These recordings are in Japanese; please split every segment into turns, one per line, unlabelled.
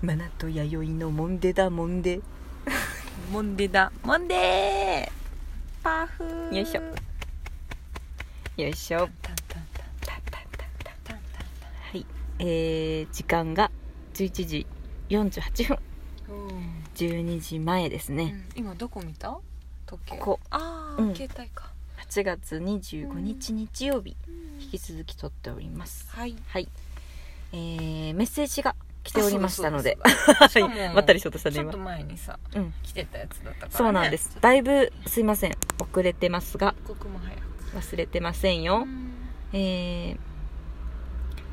マナと弥生のモンデだモンデ
モンデだモンデーパフー
よいしょよいしょ
タンタンタン
たたたた
タンタンタン
はいえー、時間が11時48分12時前です
う
ね、
ん今どこ見た時計
ここ
ああ、
うん
携帯か、
8月25日日曜日、引
引
き
き
続き撮っております
はい
はいえー、メッセージが来ておりましたので
あそうだそうだ
はいまったりしようとしたね
ちょ
今
っと前にさ、
うん
来てたやつだったから、ね、
そうなんですだいぶすいません遅れてますが
一刻も早く
忘れてません
う
よ
ん
えー、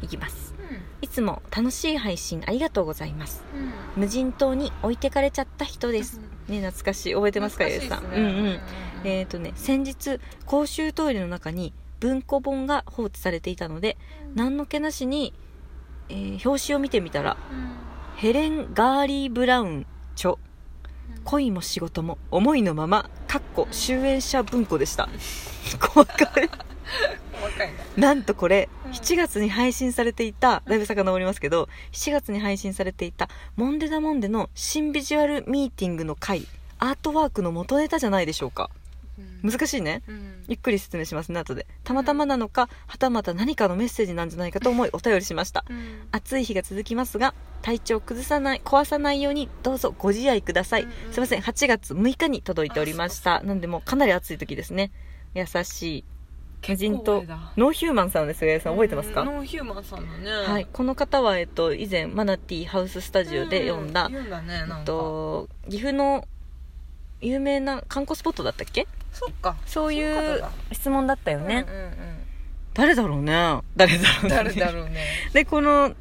いきますいつも楽しい配信ありがとうございます
うんうん
無人島に置いてかれちゃった人ですね懐かしい覚えてますかゆうさん、
懐
う
かしい
ん
で
う
すね
んえーとね、先日公衆トイレの中に文庫本が放置されていたので何の気なしに、えー表紙を見てみたら「ヘレン・ガーリー・ブラウン著恋も仕事も思いのまま」かっこ終焉者文庫でした 細かい
細かいな
なんとこれ
うん
7月に配信されていただいぶ遡りますけど7月に配信されていた「モンデダモンデ」の新ビジュアルミーティングの回アートワークの元ネタじゃないでしょうか
うん
難しいね
うん
ゆっくり説明しますね後でたまたまなのかはたまた何かのメッセージなんじゃないかと思いお便りしました
うん
暑い日が続きますが体調を崩さない壊さないようにどうぞご自愛ください、
うんうん
すいません8月6日に届いておりましたなんでもうかなり暑い時ですね優しい巨人
声
と
だ
ノーヒューマンさんですよ八重さん覚えてます
うん
か、
ノンヒューマンさんだね
はい、この方は、えっと、以前マナティーハウススタジオで読んだ、
う読んだねなんか
えっと、岐阜の有名な観光スポットだったっけ
そっか
そうい
そういう
う
こと
質問だったよ
だ
ね、
うんうんうん
誰だろうね誰だろうね
誰だろうね
でこの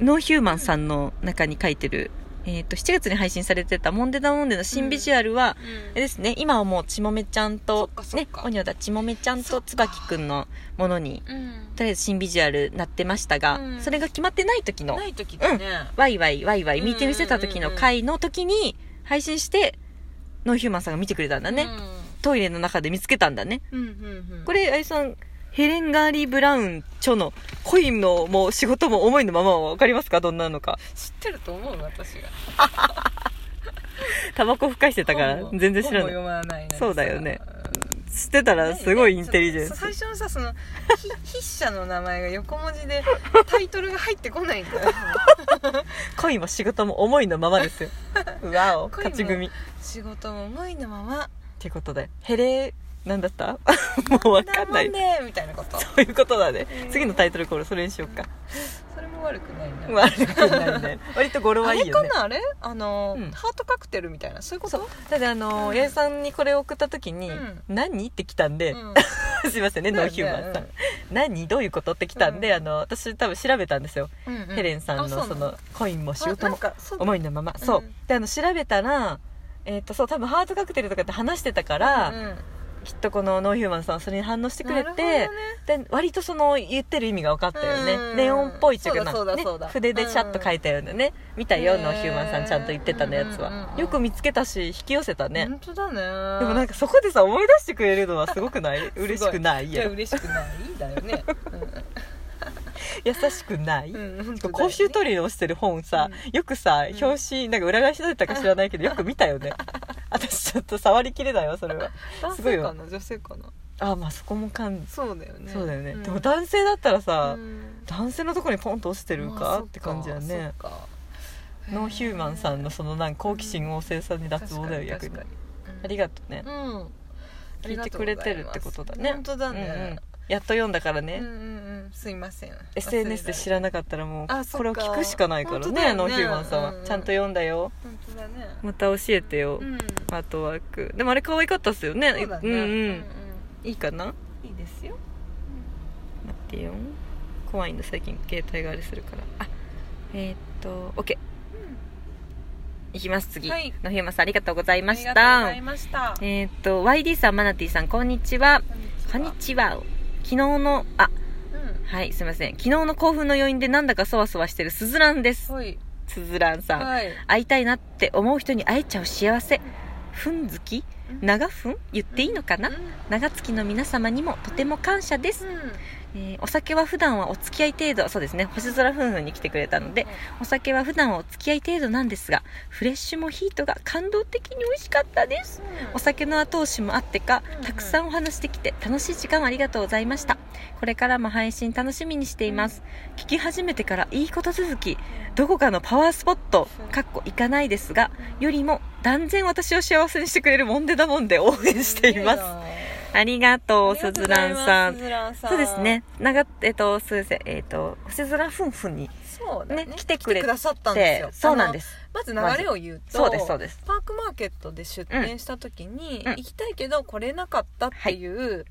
ノーヒューマンさんの中に書いてる、えー、と7月に配信されてた「モンデダモンデ」の新ビジュアルは、あれですね今はもうちもめちゃんと
そっかそっ
ね
か
おにょだちもめちゃん
そ
と
っか
椿くんのものに
うん
とりあえず新ビジュアルなってましたが、
うん
それが決まってない時の
ない時だね
ワイワイワイワイミーティングしてた時の回の時に配信してノーヒューマンさんが見てくれたんだね、トイレの中で見つけたんだね
うんうんうん
こ
れ
れ、あゆさん、ヘレン・ガーリー・ブラウン著の恋のもう仕事も思いのままはわかりますかどんなのか。
知ってると思う私が
タバコ吹かしてたから
本も
全然知らない。
本も読まないのにさ
そうだよね
うん
知ってたらすごいインテリジェン
そう
ス。
最初のさそのひ筆者の名前が横文 字でタイトルが入ってこないんだよ
恋も仕事も思いのまま ですよ。うわお、
恋も
勝ち組。っ
仕事も思いのまま
てことで、ヘレ、なんだった もうわかんない。
だもんねみたいなこと
そういう ことだね
う。ん
次のタイトルコール、それにしようか。
それも悪くないな、
悪くないね。 割と語呂
あ
はいい
れ
よ
か
ね。
なあれあの、
うん
ハートカクテルみたいなそういうこ
そ
と
うだってあのー、
うん
八重さんにこれを送った時に
うん
「何?」って来たんで
う
すいませんねノーヒューマンさん何どういうことって来たんで、
うん
あの私多分調べたんですよ、
うんうん
ヘレンさん
あう
の
な
そのコインも仕事
あな
も
んかそう
思いのまま、
うん
そうであの調べたらえっとそう多分ハートカクテルとかって話してたから、
うんうん
きっとこのノーヒューマンさんはそれに反応してくれ
なるほど
てで
ね、
割とその言ってる意味が分かったよね、
うん
ネオンっぽいっていうかなん
そうだ
かね
そうだそうだ
筆でシャッと書いたようなね、見たよ
へー
ノーヒューマンさんちゃんと言ってたのやつは、
うんうんうん
よく見つけたし引き寄せたね、
本当だね
でもなん
か
かそこでさ思い出してくれるのはすごくない 嬉しくない
い
や
や嬉しくないだよ ね
優しくない、
うん、うん、
公衆トイレに落ちてる本さ、よくさ
うん
表紙なんか裏返しだったか知らないけどよく見たよ ね私ちょっと触りきれないわそれは
男
すごい
性
わ
かな女性かな
あまあそこもかん
そうだよね
そうだよね、
ん
でも男性だったらさ、
うん
男性のとこにポンと落ちてる
まあ
かって感じやね、
そっか
ノーヒューマンさんのそのなんか好奇心旺盛さに
そっか
脱帽だよ逆に
確かに
あり
が
がとうね、
とうんあ
聞
り
い
が
て
と
く
うございます
れてるってことだね
本当だ
うんうん
ね
やっと読んだからね、
うんうんうんすいません忘れられ
SNS で知らなかったらもう
あそっか
これを聞くしかないからね
本当だよね
ノーヒューマンさんは、
うんうん
ちゃんと読んだよ
本当だね
また教えてよ、
うん
アートワークでもあれ可愛かったっすよね
そうだね
ん
う
うんんいいかな待
うんいいですよ
ってよ怖いんだ最近携帯があれするからあえーっと OK いきます次、
はい
のひまさんありがとうござい
あ
ま
り
した
がとうございました
えーっと YD さんマナティさんこんにちはこ
こ
ん
ん
に
にち
ちは昨日のあ
はうん
はいすいません昨日の興奮の余韻でなんだかそわそわしてるすずらんです
はい
すずらんさん、
はい
会いたいなって思う人に会えちゃう幸せふん好き長ふん言っていいのかな
うん
長月の皆様にもとても感謝です
うん
えーお酒は普段はお付き合い程度、そうですね、星空夫婦に来てくれたので、お酒は普段はお付き合い程度なんですが、フレッシュモヒートが感動的に美味しかったです。お酒の後押しもあってか
うんうん
たくさんお話できて楽しい時間をありがとうございましたこれからも配信楽しみにしています聞き始めてからいいこと続きどこかのパワースポットかっこ行かないですがよりも断然私を幸せにしてくれるもんでだもんで応援していますありがとうすずらんさん
すずらんさん
そうですね長えっとすいませんえっと星空夫婦に
そうだね
ね来てくれて
くださったんですよ
そうなんですす
まず流れを言うと
そうですそうです
パークマーケットで出店した時に、
うん
行きたいけど来れなかったっていう、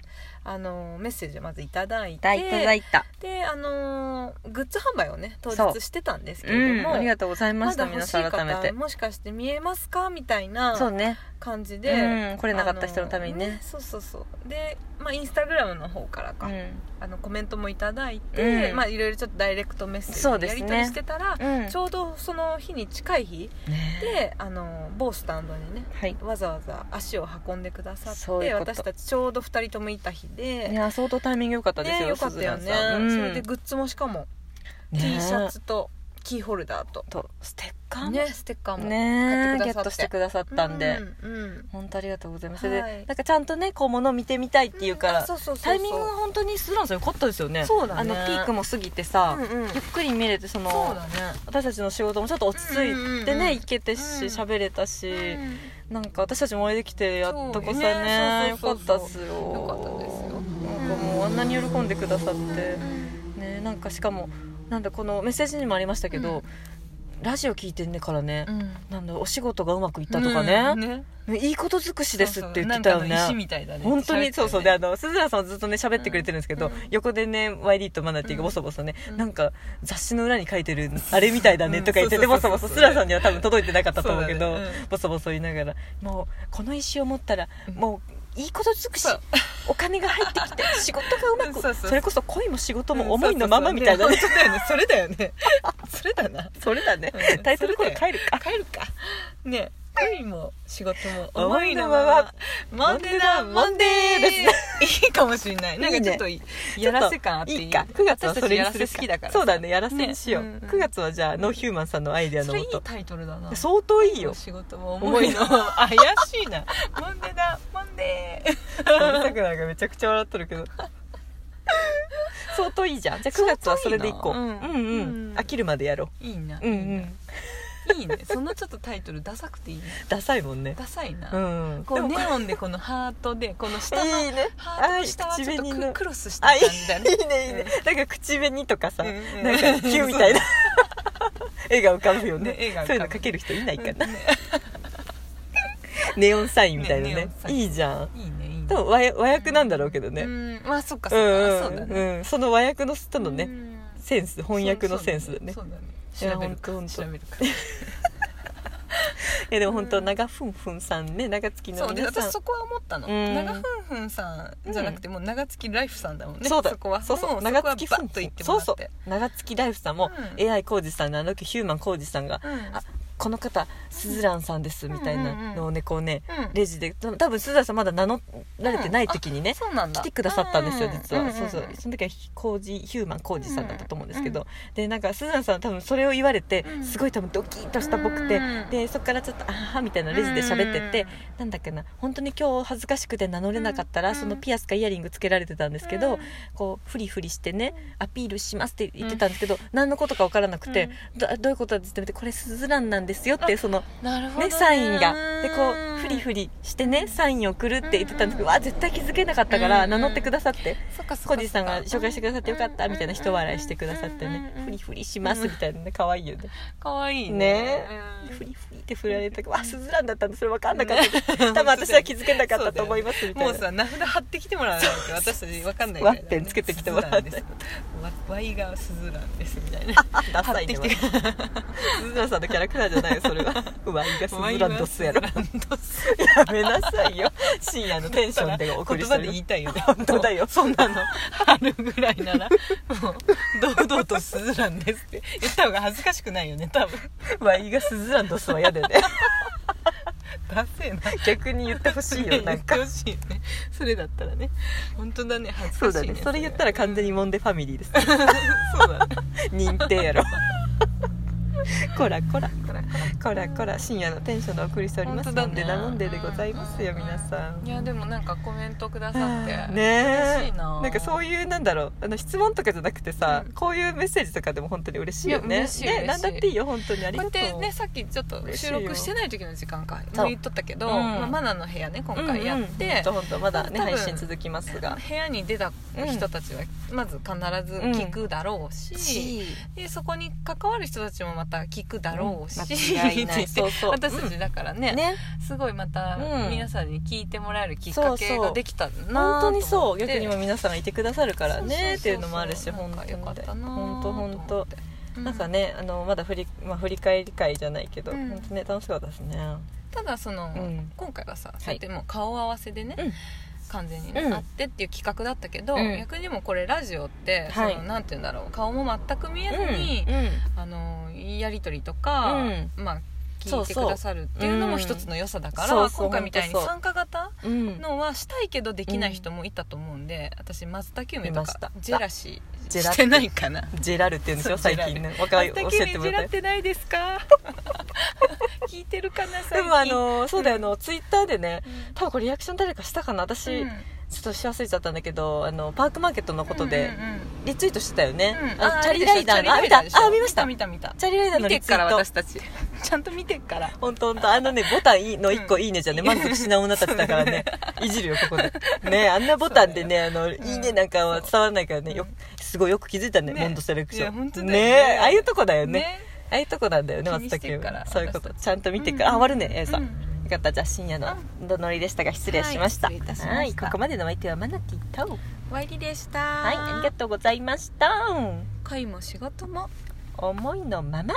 あのメッセージをまずいただいて
いただいた
であのグッズ販売をね当
そう
日してたんですけ
う
れど
ん
も、
ありがとうございま
ま
した
だ欲
皆
し
さ
い
ん改め
方
て
もしかして見えますかみたいな
そうね
感じで、
うん来れなかった人のために
あ
ね
そうそうそうで、まあ、インスタグラムの方からか、
う
あのコメントもいただいて、
うん
まあ、いろいろちょっとダイレクトメッセ
そ
ー
う
ジ
で
や
すね
り取りしてたら、
ん、
ちょうどその日に近い日であの某スタンドにね
はい。
わざわざ足を運んでくださって
そういうこと
私たちちょうど2人ともいた日で、
いや相当タイミング良かったですよ。
ねよかった
す
よね
ずらんさんうん
それでグッズもしかも、T シャツとキーホルダーと、
とステッカーも
ね、ステッカーも
ね
買
ゲッ
ってくださって
トしてくださったんで、
うんうん
本当ありがとうございます。
はい
それでなんかちゃんとねこうもの見てみたいっていうから、
あそうそうそうそう
タイミングが本当にスズランさん良かったですよね。
そうだね
あのピークも過ぎてさ、
うんう
ゆ
ん
っくり見れてその
そうだね
私たちの仕事もちょっと落ち着いてね、
うんうんうんうん
行けてし
うん
喋れたし、
うん
なんか私たちもお会いできてやっとこさね良
そ
か
うよねそうそ
っ
うそうそう
たっすよ。良
かったですよ
なんかもうあんなに喜んでくださって。ねなんかしかもなんだこのメッセージにもありましたけど、ラジオ聞いてんねからね、
うん
なんだお仕事がうまくいったとかね,、
ね
いいこと尽くしですって言ってたよね
そうそうなんかの石みたいだね
本当にそうそうで
だ
あの鈴蘭さんはずっとね喋ってくれてるんですけど、
うん
横でね YD とマナティがボソボソね、
うん
なんか雑誌の裏に書いてるあれみたいだねとか言ってて、
うん
ボソボソ
そうそうそうそう
鈴蘭さんには多分届いてなかったと思うけ
そ
ど
うだねうん
ボソボソ言いながらもうこの石を持ったら、
うん
もういいこと尽くし
そう
お金が入ってきて仕事がうまく
うんそうそうそう
れこそ恋も仕事も思いのままみたいなね
そうそうそうね本当だよねそれだよねそれだな
それだね
うん
タイトルコール
そ
帰るか
帰るかね恋も仕事も
思
思
い
い
の
の
ま
ままモンデーだモンデーですねいいかもしれないなんかちょっといいやらせ感あっていい
いいか9月は
私
そ
たち
れ
や
に
ら
する
せ
か
好きだから
そうだねやらせに
ね
しよう、
うんうん
9月はじゃあノーヒューマンさんのアイデアの
それい
も
い
と
タイトルだな
相当いいよ
仕事も思いの 怪しいなモンデーだモンデー
さくらがめちゃくちゃ笑っとるけど相当いいじゃんじゃあ9月はそれでいこう
相当いいな
うんうん、
うん
飽きるまでやろ
いいな
ううんうん
いいないいねそのちょっとタイトルダサくていいね
ダサいもんね
ダサいな、
うん
こ
で
う
も
ネオンでこのハートでこの下の
いいね
ハート
あ
の下はちょっと
口紅の
ククロスした
あい
感
い
じだね
いいねいいね、なんか口紅とかさ、
うんうん
なんかキューみたいな 絵が浮かぶよね
ね絵が浮かぶ
そういうの描ける人いないかな、ネオンサインみたいなね
ねネオンサイン
いいじゃん
いいねいいね
でも和和訳なんだろうけどね、
うんまあそっか
う
そっ
んう
か、
ん
そうだね、
うんその和訳のと
う
のね、
ん
センス翻訳のセンスだね
そうだね
いや
調べるか
ほんとほんと
調べるか
いやでも本当
うん
長ふんふんさんね長月の
そうで
皆さん
私そこは思ったの、
うん
長ふんふんさんじゃなくてもう長月ライフさんだもんね
そうだ
そこは
そうそう
もう
長月ふ
そこはバ
ん
ッと
ふ
言
ん
っても
そう
らって
そう長月ライフさんも、
うん
AI 浩二さんのあの時ヒューマン浩二さんが、
うん
あこの方スズランさんですみたいなのをねこうね、
うん
レジで多分スズランさんまだ名乗られてない時にね、
そうなんだ
来てくださったんですよ
う
実は、
んんん
そうそうその時は工事ヒューマン工事さんだったと思うんですけど、でなんかスズランさんは多分それを言われて、
うん
すごい多分ドキッとしたっぽくて、
うん
でそこからちょっと「あは」みたいなレジで喋ってて、
うん
なんだっけな本当に今日恥ずかしくて名乗れなかったら、
うん
そのピアスかイヤリングつけられてたんですけど、
うん
こうフリフリしてねアピールしますって言ってたんですけど、何のことか分からなくて、どどういうことだって言ってみてこれスズランなんですよっていうその
なるほど
ね、サインがでこうフリフ
リ
リしてねサインを送るって言ってたんですけど、わあ絶対気づけなかったから
うん
名乗ってくださって、
そっかそっか
コジさんが紹介してくださってよかったみたいな人笑いしてくださってね、フリ
フ
フリしますみたいなね可愛いよね、
かわいい
ね
ね
フリフリって振られたけどわあスズランだったんだそれ分かんなかった、多分私は気づけなかったと思 いますみたい
も
な
うさ名札貼ってきてもらわないと私たちわかんない
ワッペンつけてきてもらわない
スズランですわわいがスズランですみたいな
あダサいね
貼ってき
スズランさんのキャラクターじゃないよそれ はうわいがスズランドスやろ
わい
や
がスズランドス
めなさいよ深夜のテンションでお送り
言
して
葉
る
で言いたいよね
本当だよそんなの
あるぐらいならもう堂々とスズランですって言った方が恥ずかしくないよね多分
ワイがスズランドスは嫌だよね
ダセえな
逆に言ってほしい よなんか
言ってほしいよねそれだったらね本当だね恥ず
そう
かしい
だねそれ言ったら完全にモンデファミリーです
そうだね
認定やろ こらこら
これ
こらこら深夜のテンションでお送りしております
本当だ
モン
ね
デだモンデでございますよ皆さん
いやでもなんかコメントくださって
ねえ
嬉しいな
なんかそういうなんだろうあの質問とかじゃなくてさ、
うん
こういうメッセージとかでも本当に嬉しいよ
いや
ね
嬉しい嬉し
ね
い
なんだっていいよ本当にあり
こう
が
や
と
っ
う
てねさっきちょっと
嬉しい
収
よ
録してない時の時間か
そう
言っとったけど、
うん
まあ、マナの部屋ね今回やって、
うんうん、本当本当まだね
多分
配信続きますが
部屋に出た人たちはまず必ず聞くだろうし、でそこに関わる人たちもまた聞くだろうし、
うん 間違いない
って
そ
言
う
って
そう
私たちだからね,、
ね
すごいまた
うん
皆さんに聞いてもらえるきっか
そ
け
うそ
が
う
できたなと
本
思
当
って
にそう逆にも皆さんいてくださるからねっ
そ
て
うそ
いうの
うそう
もあるし
なん
本
か
当
よかったな
本当本
と思
当
って
なんかねあのまだ振りまあ振り返り会じゃないけど
うん
本当ね楽しかったですね
ただその、
うん
今回はさ、
い
そうやってもう顔合わせでね、
うん
完全にね、
うん
会ってっていう企画だったけど、
うん
逆にもうこれラジオって、
はい
そのなんて言うんだろう顔も全く見えずに、
うんうん
あのやり取りとか、
うん
まあ聞
そ
いうてく
そう
ださるっていうのも一つの良さだから、
うんそうそう
今回みたいに
ほんとそう
参加型
うん
のはしたいけどできない人もいたと思うんで、私松田急梅と
いまし
か
た
ジェラシー
ジェラ
してないかな
ジェラルって言うんでしょ
そ
最
うジェラル
近ね若い
松
教
田
え
急梅
て
ジ
も
ェ
ら
ラ
っ
ったてないですか 聞いてるかな最近
でもあのそうだよあのツイッターでね
うん
多分これリアクション誰かしたかな私、
うん
ちょっとし忘れちゃったんだけどあのパークマーケットのことで
うんうんうん
リツイートしてたよね、
うん
あ
あ
チャリライダーのあ見たあ見ました
見た見た
チャリライダー
見
の
て
リ
っ
ツイ
から
ート
私たちちゃんと見てっから
本当本当あのねボタンいいの1個
う
いいねじゃね満足しない女たちだから ねいじるよここでねあんなボタンでねあのいいねなんかは伝わらないからねよすごいよく気づいたね
ね
モンドセレクシ
いや
ョ
本
ン
当だよね
ねああいうとこだよね
ね
ああいうとこなんだよね
気
松
にして
田
っ
君
から
そういうこと
私たち
ちゃんと見てく
うん
らあ終わるね A さん、
うん
よかったじゃあ深夜のどのりでしたが失礼しました,、
はい失礼いたしました
はいここまでのお相手はマナティと
ワイリでした
はいありがとうございました
恋も仕事も
思いのまま